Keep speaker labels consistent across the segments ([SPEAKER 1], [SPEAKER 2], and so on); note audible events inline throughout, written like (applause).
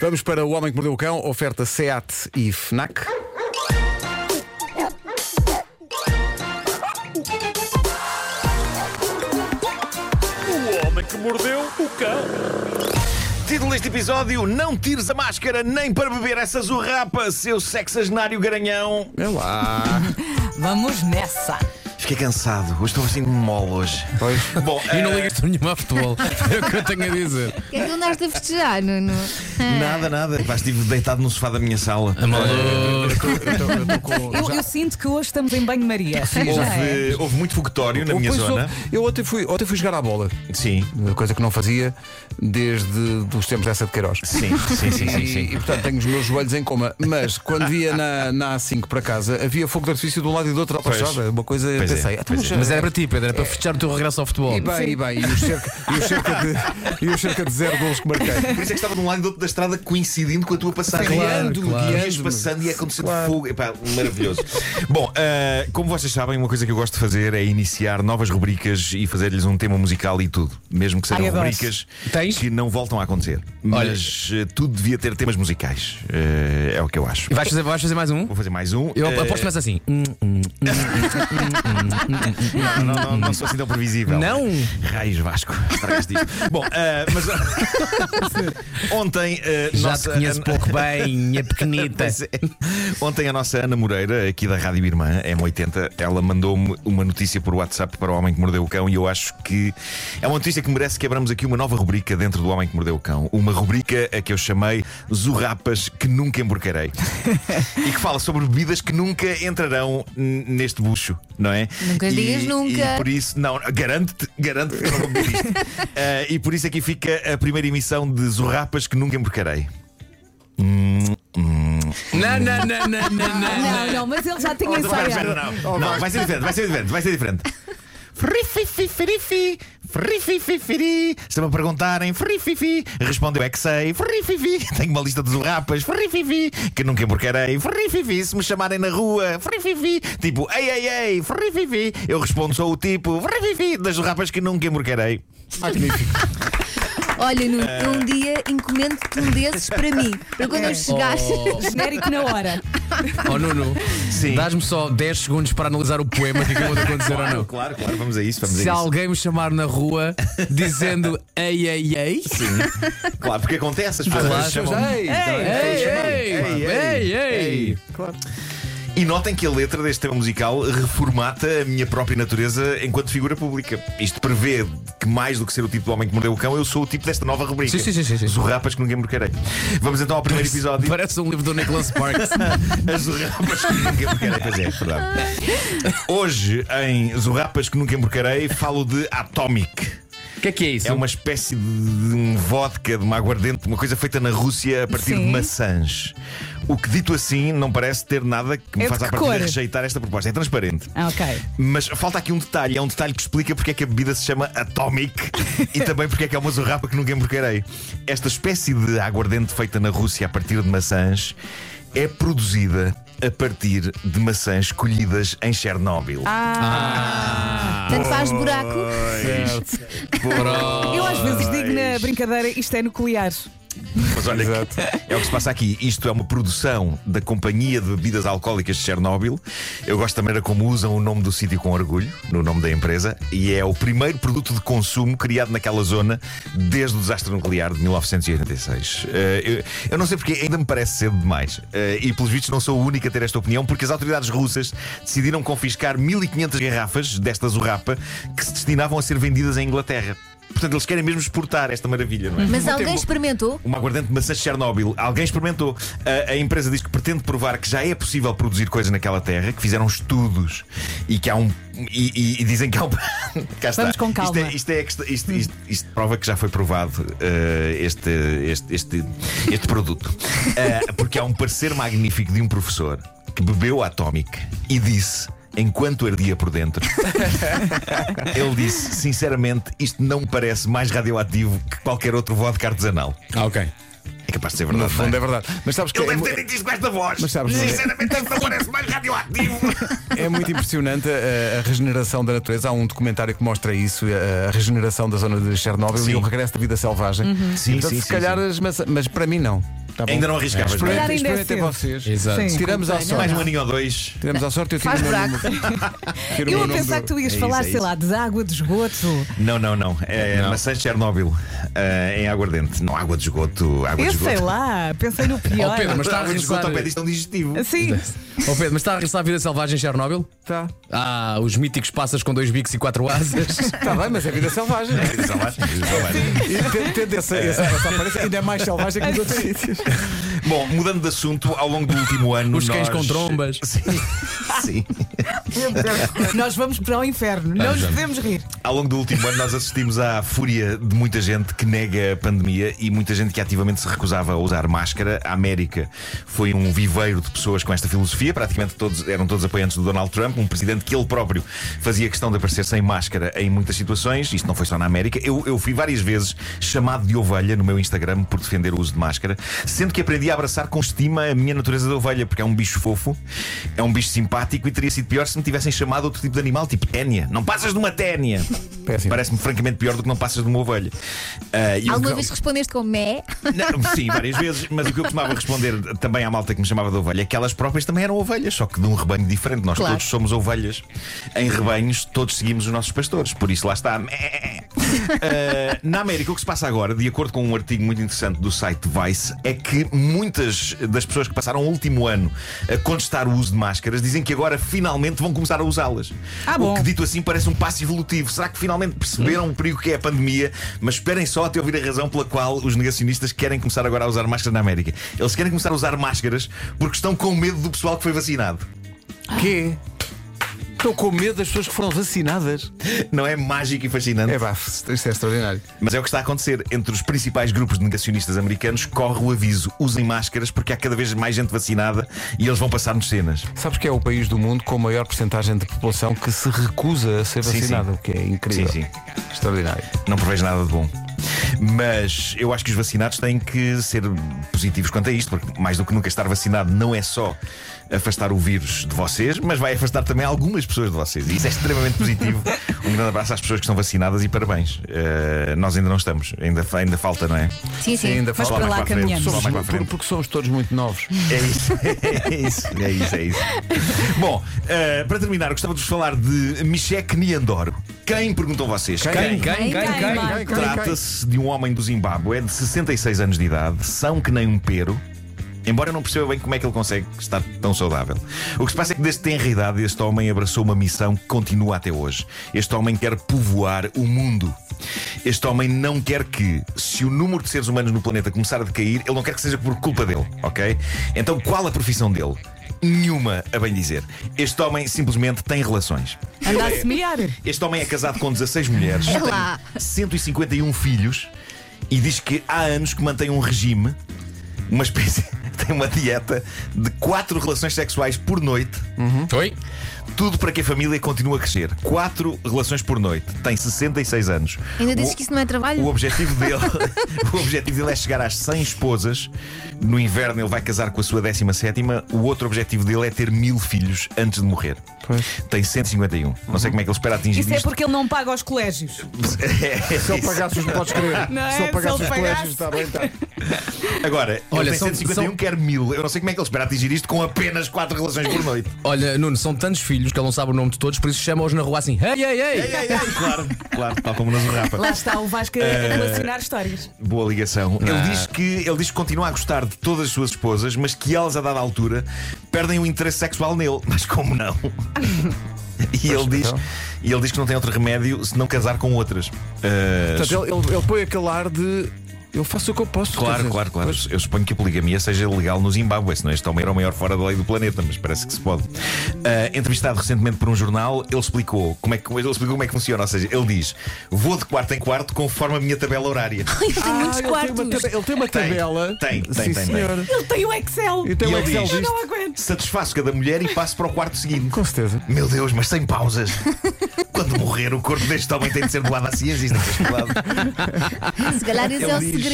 [SPEAKER 1] Vamos para O Homem que Mordeu o Cão, oferta SEAT e FNAC.
[SPEAKER 2] O homem que mordeu o cão.
[SPEAKER 3] Título deste episódio: Não tires a máscara nem para beber essa zurrapa, seu sexagenário garanhão.
[SPEAKER 1] É lá.
[SPEAKER 4] Vamos nessa.
[SPEAKER 3] Fiquei cansado, hoje estou assim mole hoje.
[SPEAKER 1] Pois.
[SPEAKER 3] Bom,
[SPEAKER 5] E não
[SPEAKER 3] eh,
[SPEAKER 5] ligas nenhuma a futebol. É o (laughs) que eu tenho a dizer.
[SPEAKER 6] O que é que andaste a festejar, Nuno?
[SPEAKER 3] nada, nada. Pá, estive deitado no sofá da minha sala.
[SPEAKER 4] Eu, eu sinto que hoje estamos em banho-maria.
[SPEAKER 3] Houve,
[SPEAKER 4] Já é.
[SPEAKER 3] houve muito fogotório na minha
[SPEAKER 1] Pois,
[SPEAKER 3] zona.
[SPEAKER 1] Eu ontem fui, ontem fui jogar à bola,
[SPEAKER 3] Sim,
[SPEAKER 1] coisa que não fazia desde os tempos dessa de Queiroz.
[SPEAKER 3] sim, sim, sim, sim.
[SPEAKER 1] E, e,
[SPEAKER 3] sim.
[SPEAKER 1] portanto tenho os meus joelhos em coma. Mas quando via na, na A5 para casa, havia fogo de artifício de um lado e do outro à
[SPEAKER 3] Pois.
[SPEAKER 1] passada. Uma coisa,
[SPEAKER 3] Pois é,
[SPEAKER 1] pensei. "Ah,
[SPEAKER 3] pois
[SPEAKER 1] mas,
[SPEAKER 3] é."
[SPEAKER 1] eh,
[SPEAKER 5] Mas era para ti, Pedro, era para fechar o teu regresso ao futebol.
[SPEAKER 1] E bem, e bem, e os cerca, e os cerca de, e os cerca de zero gols que marquei.
[SPEAKER 3] Por isso é que estava de um lado e do outro da estrada coincidindo com a tua passagem.
[SPEAKER 1] Claro,
[SPEAKER 3] Guiando,
[SPEAKER 1] claro.
[SPEAKER 3] guiando,
[SPEAKER 1] Guiando-me.
[SPEAKER 3] passando e acontecendo fogo. Epá, maravilhoso. (laughs) Bom, ah, como vocês sabem, uma coisa que eu gosto de fazer é iniciar novas rubricas e fazer-lhes um tema musical e tudo. Mesmo que sejam
[SPEAKER 4] Ai, adoro.
[SPEAKER 3] rubricas
[SPEAKER 5] Tens?
[SPEAKER 3] que não voltam a acontecer.
[SPEAKER 5] Olha.
[SPEAKER 3] Mas ah, tudo devia ter temas musicais. Ah, é o que eu acho.
[SPEAKER 5] E vais fazer, vais fazer mais um?
[SPEAKER 3] Vou fazer mais um.
[SPEAKER 5] Eu
[SPEAKER 3] Ah,
[SPEAKER 5] aposto que começa assim.
[SPEAKER 3] não, não, não, não sou assim tão previsível.
[SPEAKER 5] Não?
[SPEAKER 3] Raios Vasco. Estragaste isto. Bom, ah,
[SPEAKER 5] (laughs)
[SPEAKER 3] mas. Ontem. ah,
[SPEAKER 5] Já
[SPEAKER 3] nossa-
[SPEAKER 5] te conheço pouco bem, (laughs) minha pequenita.
[SPEAKER 3] Pois é. (laughs) Ontem a nossa Ana Moreira, aqui da Rádio Irmã, M80, ela mandou-me uma notícia por WhatsApp para o Homem que Mordeu o Cão e eu acho que é uma notícia que merece que abramos aqui uma nova rubrica dentro do Homem que Mordeu o Cão. Uma rubrica a que eu chamei Zurrapas que nunca
[SPEAKER 6] (laughs)
[SPEAKER 3] emborcarei. e que fala sobre bebidas que nunca entrarão n- neste bucho, não é?
[SPEAKER 6] Nunca
[SPEAKER 3] E-
[SPEAKER 6] digas nunca.
[SPEAKER 3] E por isso, não, garanto-te, garanto-te que eu não vou beber
[SPEAKER 6] (laughs)
[SPEAKER 3] isto. Eh, e por isso aqui fica a primeira emissão de Zurrapas que nunca emborcarei.
[SPEAKER 5] Não, não, não, não, não, não.
[SPEAKER 4] Não, não, mas ele já tinha
[SPEAKER 3] Não, espera,
[SPEAKER 4] ensaiado.
[SPEAKER 3] espera, não. Não, vai ser diferente, vai ser diferente, vai ser diferente. Frifififirifi, frifififiri. Estão a perguntarem, frififi. Respondeu é que sei, frififi. (laughs) Tenho uma lista de zurrapas, frififi, que nunca emborcarei, frififi. Se me chamarem na rua, frififi. Tipo, ei, ei, ei, frififi. Eu respondo sou o tipo, frififi, das zurrapas que nunca emborcarei.
[SPEAKER 1] Magnífico.
[SPEAKER 6] Olha, Nuno, eu um dia encomendo-te um desses para mim, para quando eu chegar.
[SPEAKER 4] Oh. Genérico na hora.
[SPEAKER 5] Oh Nuno,
[SPEAKER 3] Sim.
[SPEAKER 5] dás-me só 10 segundos para analisar o poema que acabou de acontecer ou não.
[SPEAKER 3] claro, claro, vamos a isso, vamos
[SPEAKER 5] Se alguém me chamar na rua dizendo ei, ei, ei,
[SPEAKER 3] Claro, porque acontece, as pessoas
[SPEAKER 5] claro. é
[SPEAKER 3] chamam.
[SPEAKER 1] Ei,
[SPEAKER 5] ei, ei, ei, ei.
[SPEAKER 3] E notem que a letra deste tema musical reformata a minha própria natureza enquanto figura pública. Isto prevê que, mais do que ser o tipo do homem que mordeu o cão, eu sou o tipo desta nova rubrica.
[SPEAKER 5] Sim, sim, sim, sim, sim.
[SPEAKER 3] Zurrapas que ninguém mercarei. Vamos então ao primeiro episódio.
[SPEAKER 5] Parece um livro do Nicholas Sparks.
[SPEAKER 3] As zurrapas que nunca emborcarei. Pois é, é verdade. Hoje, em Zurrapas que nunca emborcarei, falo de Atomic.
[SPEAKER 5] O que é que é isso?
[SPEAKER 3] É uma espécie de, de um vodka, de uma aguardente, uma coisa feita na Rússia a partir
[SPEAKER 4] Sim.
[SPEAKER 3] de maçãs. O que dito assim não parece ter nada que me
[SPEAKER 4] É de
[SPEAKER 3] faz à
[SPEAKER 4] que
[SPEAKER 3] partida
[SPEAKER 4] cor?
[SPEAKER 3] rejeitar esta proposta. É transparente.
[SPEAKER 4] Ah, ok.
[SPEAKER 3] Mas falta aqui um detalhe, é um detalhe que explica porque é que a bebida se chama Atomic e também porque é que é uma zurrapa que nunca emborcarei. Esta espécie de aguardente feita na Rússia a partir de maçãs é produzida a partir de maçãs colhidas em Chernobyl.
[SPEAKER 6] (laughs) Tanto faz buraco.
[SPEAKER 4] Eu às vezes digo na brincadeira isto é nuclear.
[SPEAKER 3] Mas olha, que- (laughs) é o que se passa aqui. Isto é uma produção da Companhia de Bebidas Alcoólicas de Chernobyl. Eu gosto da maneira como usam o nome do sítio com orgulho, no nome da empresa, e é o primeiro produto de consumo criado naquela zona desde o desastre nuclear de 1986. Eh, eu, eu não sei porque ainda me parece cedo demais. Eh, e pelos vistos não sou o único a ter esta opinião, porque as autoridades russas decidiram confiscar 1500 garrafas desta zurrapa que se destinavam a ser vendidas em Inglaterra. Portanto, eles querem mesmo exportar esta maravilha, não é?
[SPEAKER 6] Mas
[SPEAKER 3] Não
[SPEAKER 6] alguém
[SPEAKER 3] tem-
[SPEAKER 6] experimentou?
[SPEAKER 3] uma Um aguardente de maçã de Chernobyl. Alguém experimentou. A, a empresa diz que pretende provar que já é possível produzir coisas naquela terra, que fizeram estudos e que há um. E, e- e dizem que há um. (laughs) Cá está.
[SPEAKER 4] Vamos com calma.
[SPEAKER 3] Isto, é, isto, é a questão- isto- isto- isto prova que já foi provado eh, este, este, este, este produto. (laughs) Eh, porque há um parecer magnífico de um professor que bebeu a Atomic e disse. Enquanto ardia por dentro, (laughs) ele disse: Sinceramente, isto não me parece mais radioativo que qualquer outro vodka artesanal.
[SPEAKER 1] Ah, ok.
[SPEAKER 3] É capaz de ser
[SPEAKER 1] No
[SPEAKER 3] verdade. não é?
[SPEAKER 1] fundo é verdade. Mas sabes que
[SPEAKER 3] Ele
[SPEAKER 1] é,
[SPEAKER 3] deve
[SPEAKER 1] mu-
[SPEAKER 3] ter dito isto com esta voz.
[SPEAKER 1] Mas sabes, não é?
[SPEAKER 3] Sinceramente, isto parece mais radioativo.
[SPEAKER 1] é muito impressionante a, a regeneração da natureza. Há um documentário que mostra isso, a, a regeneração da zona de Chernobyl
[SPEAKER 3] Sim.
[SPEAKER 1] e o regresso da vida selvagem.
[SPEAKER 3] Sim,
[SPEAKER 1] Portanto,
[SPEAKER 3] sim,
[SPEAKER 1] se
[SPEAKER 3] sim,
[SPEAKER 1] calhar
[SPEAKER 3] sim.
[SPEAKER 1] as maçãs. Mas para mim não. Tá bom?
[SPEAKER 3] (laughs) Ainda não arriscavas. não é?
[SPEAKER 4] Calhar
[SPEAKER 1] Experimentem,
[SPEAKER 4] ainda é
[SPEAKER 1] experimentem
[SPEAKER 4] cedo.
[SPEAKER 1] vocês.
[SPEAKER 5] Exato.
[SPEAKER 4] Sim.
[SPEAKER 1] Tiramos à
[SPEAKER 4] Não,
[SPEAKER 1] sorte.
[SPEAKER 3] Mais um aninho ou dois.
[SPEAKER 1] Tiramos à sorte, eu tiro
[SPEAKER 6] Faz
[SPEAKER 1] o meu
[SPEAKER 6] buraco.
[SPEAKER 1] número. Tiro o
[SPEAKER 4] (laughs) Eu
[SPEAKER 1] meu
[SPEAKER 4] a
[SPEAKER 1] número
[SPEAKER 4] pensar que tu
[SPEAKER 1] do-
[SPEAKER 4] ias
[SPEAKER 3] É
[SPEAKER 4] falar,
[SPEAKER 3] isso, é
[SPEAKER 4] sei lá, de água, de esgoto.
[SPEAKER 3] Não, não, não. É maçãs de Chernobyl eh, em aguardente. Não água de esgoto. Água
[SPEAKER 4] Eu
[SPEAKER 3] de esgoto.
[SPEAKER 4] sei lá, pensei no pior.
[SPEAKER 5] Oh, Pedro, mas
[SPEAKER 1] tá
[SPEAKER 5] está a
[SPEAKER 3] água de esgoto ao pé
[SPEAKER 5] regressar.
[SPEAKER 3] disto é um digestivo.
[SPEAKER 4] Sim,
[SPEAKER 5] Oh, Pedro, mas está a regressar a vida selvagem em Chernobyl?
[SPEAKER 1] Tá.
[SPEAKER 5] Ah, os míticos passas com dois bicos e
[SPEAKER 1] (laughs)
[SPEAKER 5] quatro asas.
[SPEAKER 1] Tá bem, mas é vida selvagem.
[SPEAKER 3] Selvagem, selvagem.
[SPEAKER 1] E tendo- Tendo essa, essa, essa aparência, ainda é mais selvagem que nos outros sítios.
[SPEAKER 3] Bom, mudando de assunto, ao longo do último ano.
[SPEAKER 5] Os
[SPEAKER 3] nós-
[SPEAKER 5] cães com trombas.
[SPEAKER 3] Sim. Sim.
[SPEAKER 4] nós vamos para o inferno, não nos podemos rir.
[SPEAKER 3] Ao longo do último ano, nós assistimos à fúria de muita gente que nega a pandemia e muita gente que ativamente se recusava a usar máscara. A América foi um viveiro de pessoas com esta filosofia. Praticamente todos eram todos apoiantes do Donald Trump, um presidente que ele próprio fazia questão de aparecer sem máscara em muitas situações. Isto não foi só na América. Eu, eu fui várias vezes chamado de ovelha no meu Instagram por defender o uso de máscara, sendo que aprendi a abraçar com estima a minha natureza de ovelha, porque é um bicho fofo, é um bicho simpático e teria sido pior se me tivessem chamado outro tipo de animal, tipo ténia. Não passas de uma ténia!
[SPEAKER 1] Péssimo.
[SPEAKER 3] Parece-me francamente pior do que não passas de uma ovelha. Ah, e o
[SPEAKER 6] Alguma
[SPEAKER 3] que-
[SPEAKER 6] vez respondeste com mé?
[SPEAKER 3] Não, sim, várias vezes, mas o que eu costumava responder também à malta que me chamava de ovelha é que elas próprias também eram ovelhas, só que de um rebanho diferente. Nós
[SPEAKER 6] Claro.
[SPEAKER 3] todos somos ovelhas. Em rebanhos, todos seguimos os nossos pastores, por isso lá está. Mé. Ah, na América, o que se passa agora, de acordo com um artigo muito interessante do site Vice, é que muitas das pessoas que passaram o último ano a contestar o uso de máscaras dizem que agora finalmente vão começar a usá-las.
[SPEAKER 4] Ah,
[SPEAKER 3] O
[SPEAKER 4] bom. Hum.
[SPEAKER 3] que dito assim parece um passo evolutivo. Será que finalmente perceberam o perigo que é a pandemia? Mas esperem só até ouvir a razão pela qual os negacionistas querem começar agora a usar máscara na América. Eles querem começar a usar máscaras porque estão com medo do pessoal que foi vacinado.
[SPEAKER 1] Quê? Estou com medo das pessoas que foram vacinadas.
[SPEAKER 3] Não é mágico e fascinante?
[SPEAKER 1] É bafo, isto é extraordinário.
[SPEAKER 3] Mas é o que está a acontecer. Entre os principais grupos de negacionistas americanos corre o aviso: usem máscaras porque há cada vez mais gente vacinada e eles vão passar-nos cenas.
[SPEAKER 1] Sabes que é o país do mundo com a maior porcentagem de população que se recusa a ser
[SPEAKER 3] Sim,
[SPEAKER 1] vacinada,
[SPEAKER 3] sim.
[SPEAKER 1] o que é incrível.
[SPEAKER 3] Sim, sim.
[SPEAKER 1] Extraordinário.
[SPEAKER 3] Não prevejo nada de bom. Mas eu acho que os vacinados têm que ser positivos quanto a isto, porque mais do que nunca estar vacinado não é só afastar o vírus de vocês, mas vai afastar também algumas pessoas de vocês. E isso é extremamente (laughs) positivo. Um grande abraço às pessoas que estão vacinadas e parabéns. Eh, nós ainda não estamos, ainda, ainda falta, não é?
[SPEAKER 6] Sim, sim.
[SPEAKER 1] ainda
[SPEAKER 4] Mas
[SPEAKER 1] fala
[SPEAKER 4] para
[SPEAKER 1] mais
[SPEAKER 4] lá
[SPEAKER 3] para a frente,
[SPEAKER 4] caminhamos.
[SPEAKER 3] só mais para a
[SPEAKER 1] Por-
[SPEAKER 3] frente.
[SPEAKER 1] porque somos todos muito novos.
[SPEAKER 3] É isso, é isso, é isso, é isso. Bom, eh, para terminar, gostava de vos falar de Michek Niandoro. Quem perguntam vocês?
[SPEAKER 5] Quem, quem, quem, quem?
[SPEAKER 3] Trata-se de um homem do Zimbábue, é de 66 anos de idade, são que nem um pero. Embora eu não perceba bem como é que ele consegue estar tão saudável. O que se passa é que desde tenra idade este homem abraçou uma missão que continua até hoje. Este homem quer povoar o mundo. Este homem não quer que, se o número de seres humanos no planeta começar a decair, ele não quer que seja por culpa dele, ok? Então qual a profissão dele? Nenhuma, a bem dizer. Este homem simplesmente tem relações.
[SPEAKER 4] Andar a semear.
[SPEAKER 3] Este homem é casado com 16 mulheres,
[SPEAKER 6] É lá.
[SPEAKER 3] tem 151 filhos e diz que há anos que mantém um regime, uma espécie, (laughs) tem uma dieta de quatro relações sexuais por noite,
[SPEAKER 5] Oi?
[SPEAKER 3] tudo para que a família continue a crescer. Quatro relações por noite, tem 66 anos.
[SPEAKER 6] Ainda dizes
[SPEAKER 3] O-
[SPEAKER 6] que isso não é
[SPEAKER 3] o
[SPEAKER 6] trabalho?
[SPEAKER 3] objetivo
[SPEAKER 6] (laughs)
[SPEAKER 3] dele (laughs) O objetivo dele é chegar às 100 esposas No inverno ele vai casar com a sua 17 O outro objetivo dele é ter mil filhos Antes de morrer Tem 151 Não sei como é que ele espera atingir
[SPEAKER 4] Isso
[SPEAKER 3] (laughs)
[SPEAKER 4] é
[SPEAKER 3] isto. É,
[SPEAKER 4] porque ele não paga aos colégios.
[SPEAKER 1] Se ele pagasse os não (laughs) podes crer.
[SPEAKER 4] Não é?
[SPEAKER 1] Se ele
[SPEAKER 4] Se
[SPEAKER 1] pagasse
[SPEAKER 4] ele
[SPEAKER 1] os
[SPEAKER 4] pagasse.
[SPEAKER 1] colégios, tá. está bem, está.
[SPEAKER 3] Agora,
[SPEAKER 5] Olha,
[SPEAKER 3] ele tem
[SPEAKER 5] são-
[SPEAKER 3] 151,
[SPEAKER 5] são-
[SPEAKER 3] quer um, mil Eu não sei como é que ele espera atingir isto Com apenas 4 relações por
[SPEAKER 5] (laughs)
[SPEAKER 3] noite
[SPEAKER 5] Olha, Nuno, são tantos filhos que ele não sabe o nome de todos, por isso chama-os na rua assim: ei, ei, ei!
[SPEAKER 3] Ei, ei, ei, Claro, claro, tal como nos rapa
[SPEAKER 4] Lá está o Vasco a relacionar histórias.
[SPEAKER 3] Boa ligação.
[SPEAKER 5] Ah.
[SPEAKER 3] Ele diz, que, ele diz que continua a gostar de todas as suas esposas, mas que elas, a dada altura, perdem o interesse sexual nele. Mas como
[SPEAKER 5] (laughs)
[SPEAKER 3] não? e, ele diz,
[SPEAKER 5] então?
[SPEAKER 3] e ele diz que não tem outro remédio se não casar com outras. Ah,
[SPEAKER 1] Portanto, ele, ele- ele põe aquele ar de eu faço o que eu posso. quer
[SPEAKER 3] Claro,
[SPEAKER 1] dizer,
[SPEAKER 3] claro, claro. Eu suponho que a poligamia seja legal no Zimbábue, senão este homem era o maior fora da lei do planeta, mas parece que se pode. Ah, entrevistado recentemente por um jornal, ele explicou, como é que, ele explicou como é que funciona. Ou seja, ele diz: vou de quarto em quarto conforme a minha tabela horária.
[SPEAKER 6] Tem
[SPEAKER 1] Ah, ele,
[SPEAKER 6] muitos
[SPEAKER 1] tem uma
[SPEAKER 6] quartos.
[SPEAKER 1] tabe- ele tem uma
[SPEAKER 3] Tem,
[SPEAKER 1] tabela.
[SPEAKER 3] tem, tem,
[SPEAKER 1] Sim,
[SPEAKER 3] tem, tem.
[SPEAKER 1] senhor.
[SPEAKER 4] Ele tem o Excel.
[SPEAKER 1] E tem um
[SPEAKER 3] E
[SPEAKER 1] o
[SPEAKER 3] ele
[SPEAKER 1] Excel
[SPEAKER 3] diz-
[SPEAKER 4] Eu
[SPEAKER 1] disto.
[SPEAKER 4] não aguento.
[SPEAKER 3] satisfaço cada mulher e passo para o quarto seguinte.
[SPEAKER 1] Com certeza.
[SPEAKER 3] Meu Deus, mas
[SPEAKER 1] (laughs)
[SPEAKER 3] sem pausas. Quando morrer, o corpo deste homem tem de ser doado à ciência. Isto é não tem escalado.
[SPEAKER 6] Se
[SPEAKER 3] (laughs)
[SPEAKER 6] calhar esse é o segredo.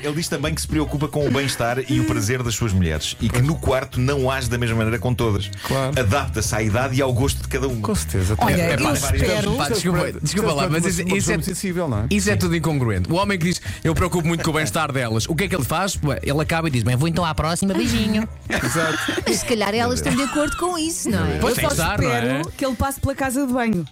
[SPEAKER 3] Ele diz também que se preocupa com o bem-estar e o prazer das suas mulheres e que no quarto não age da mesma maneira com todas.
[SPEAKER 1] Claro.
[SPEAKER 3] Adapta-se à idade e ao gosto de cada um.
[SPEAKER 1] Com certeza.
[SPEAKER 4] Olha,
[SPEAKER 5] É
[SPEAKER 4] eu
[SPEAKER 5] pá,
[SPEAKER 4] espero.
[SPEAKER 5] pá,
[SPEAKER 1] é
[SPEAKER 5] desculpa, desculpa lá, mas isso, isso é,
[SPEAKER 1] sensível, não é?
[SPEAKER 5] isso é tudo incongruente. O homem que diz, eu preocupo muito com o bem-estar delas, o que é que ele faz? Ué, Ele acaba e diz, bem, vou então à próxima, beijinho.
[SPEAKER 1] Exato.
[SPEAKER 6] Mas se calhar elas estão de acordo com isso, não é?
[SPEAKER 4] Eu
[SPEAKER 5] Pois
[SPEAKER 4] só
[SPEAKER 5] tem que estar, não é?
[SPEAKER 4] espero que ele passe pela casa de banho.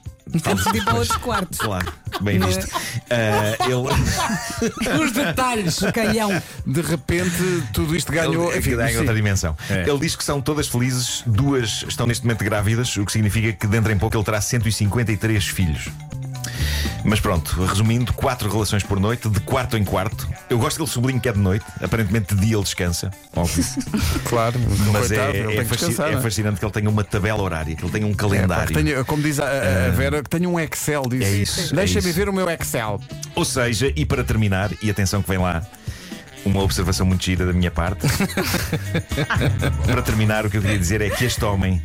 [SPEAKER 4] Antes de ir para outros quartos.
[SPEAKER 3] Claro, bem
[SPEAKER 1] é?
[SPEAKER 3] visto. Ah,
[SPEAKER 1] (laughs)
[SPEAKER 3] ele
[SPEAKER 5] (laughs) Os detalhes.
[SPEAKER 4] Calhão.
[SPEAKER 1] De repente, tudo isto ganhou.
[SPEAKER 3] ele, é
[SPEAKER 1] enfim,
[SPEAKER 3] ganha
[SPEAKER 1] sim.
[SPEAKER 3] outra dimensão.
[SPEAKER 5] É.
[SPEAKER 3] Ele diz que são todas felizes, duas estão neste momento grávidas, o que significa que dentro em pouco ele terá 153 filhos. Mas pronto, resumindo, quatro relações por noite, de quarto em quarto. Eu gosto que ele sublinhe que é de noite, aparentemente de dia ele descansa, óbvio.
[SPEAKER 1] Claro,
[SPEAKER 3] Mas é,
[SPEAKER 1] coitado, ele
[SPEAKER 3] é
[SPEAKER 1] tem que
[SPEAKER 3] fasci-
[SPEAKER 1] descansar,
[SPEAKER 3] é
[SPEAKER 1] não é?
[SPEAKER 3] fascinante que ele tenha uma tabela horária, que ele tenha um
[SPEAKER 1] É, pá,
[SPEAKER 3] calendário.
[SPEAKER 1] que tenho- como diz a, a- a Vera, que tenho um Excel disso.
[SPEAKER 3] Ah, É isso, é
[SPEAKER 1] Deixa-me
[SPEAKER 3] isso.
[SPEAKER 1] ver o meu Excel.
[SPEAKER 3] Ou seja, e para terminar, e atenção que vem lá uma observação muito gira da minha parte.
[SPEAKER 1] (laughs)
[SPEAKER 3] para terminar, o que eu queria dizer é que este homem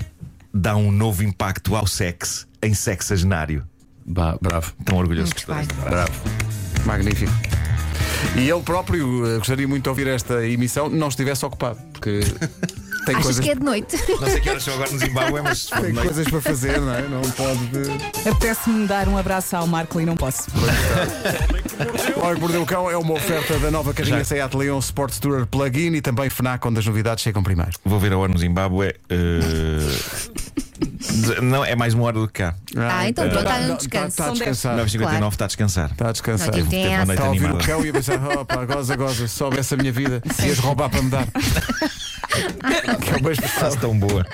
[SPEAKER 3] dá um novo impacto ao sexo em sexagenário.
[SPEAKER 5] Bah, bravo.
[SPEAKER 3] Tão orgulhoso que estou.
[SPEAKER 6] Muito
[SPEAKER 3] Bravo.
[SPEAKER 1] Magnífico. E ele próprio eh, gostaria muito de ouvir esta emissão, não estivesse ocupado, porque
[SPEAKER 6] (laughs)
[SPEAKER 1] tem
[SPEAKER 6] Achas
[SPEAKER 1] coisas.
[SPEAKER 6] que é de noite?
[SPEAKER 3] Não sei que horas são agora no Zimbábue, mas se for de
[SPEAKER 1] Tem
[SPEAKER 3] noite,
[SPEAKER 1] coisas para fazer, não é? Não pode. De...
[SPEAKER 4] Apetece-me dar um abraço ao Marco e não posso.
[SPEAKER 1] O Homem que Mordeu o Cão é uma oferta da nova carrinha
[SPEAKER 3] Já.
[SPEAKER 1] Seat Leon Sport Tourer Plug-in e também Fnac, onde as novidades chegam primeiro.
[SPEAKER 3] vou ver a hora no Zimbábue. eh, Não, é mais uma hora do que cá.
[SPEAKER 6] Ah,
[SPEAKER 1] Eh,
[SPEAKER 6] então pronto, está no
[SPEAKER 1] Está
[SPEAKER 6] descanso.
[SPEAKER 1] está a descansar.
[SPEAKER 3] 9h59 está a descansar.
[SPEAKER 1] Está a descansar.
[SPEAKER 6] Não, tive
[SPEAKER 3] Teve uma noite
[SPEAKER 6] Tensa.
[SPEAKER 1] Está a ouvir o
[SPEAKER 3] animada.
[SPEAKER 1] cão e a pensar, opa, goza, goza, se soubesse a minha
[SPEAKER 3] (laughs)
[SPEAKER 1] vida, ias roubar para me dar. que é uma expressão.
[SPEAKER 3] Está tão boa.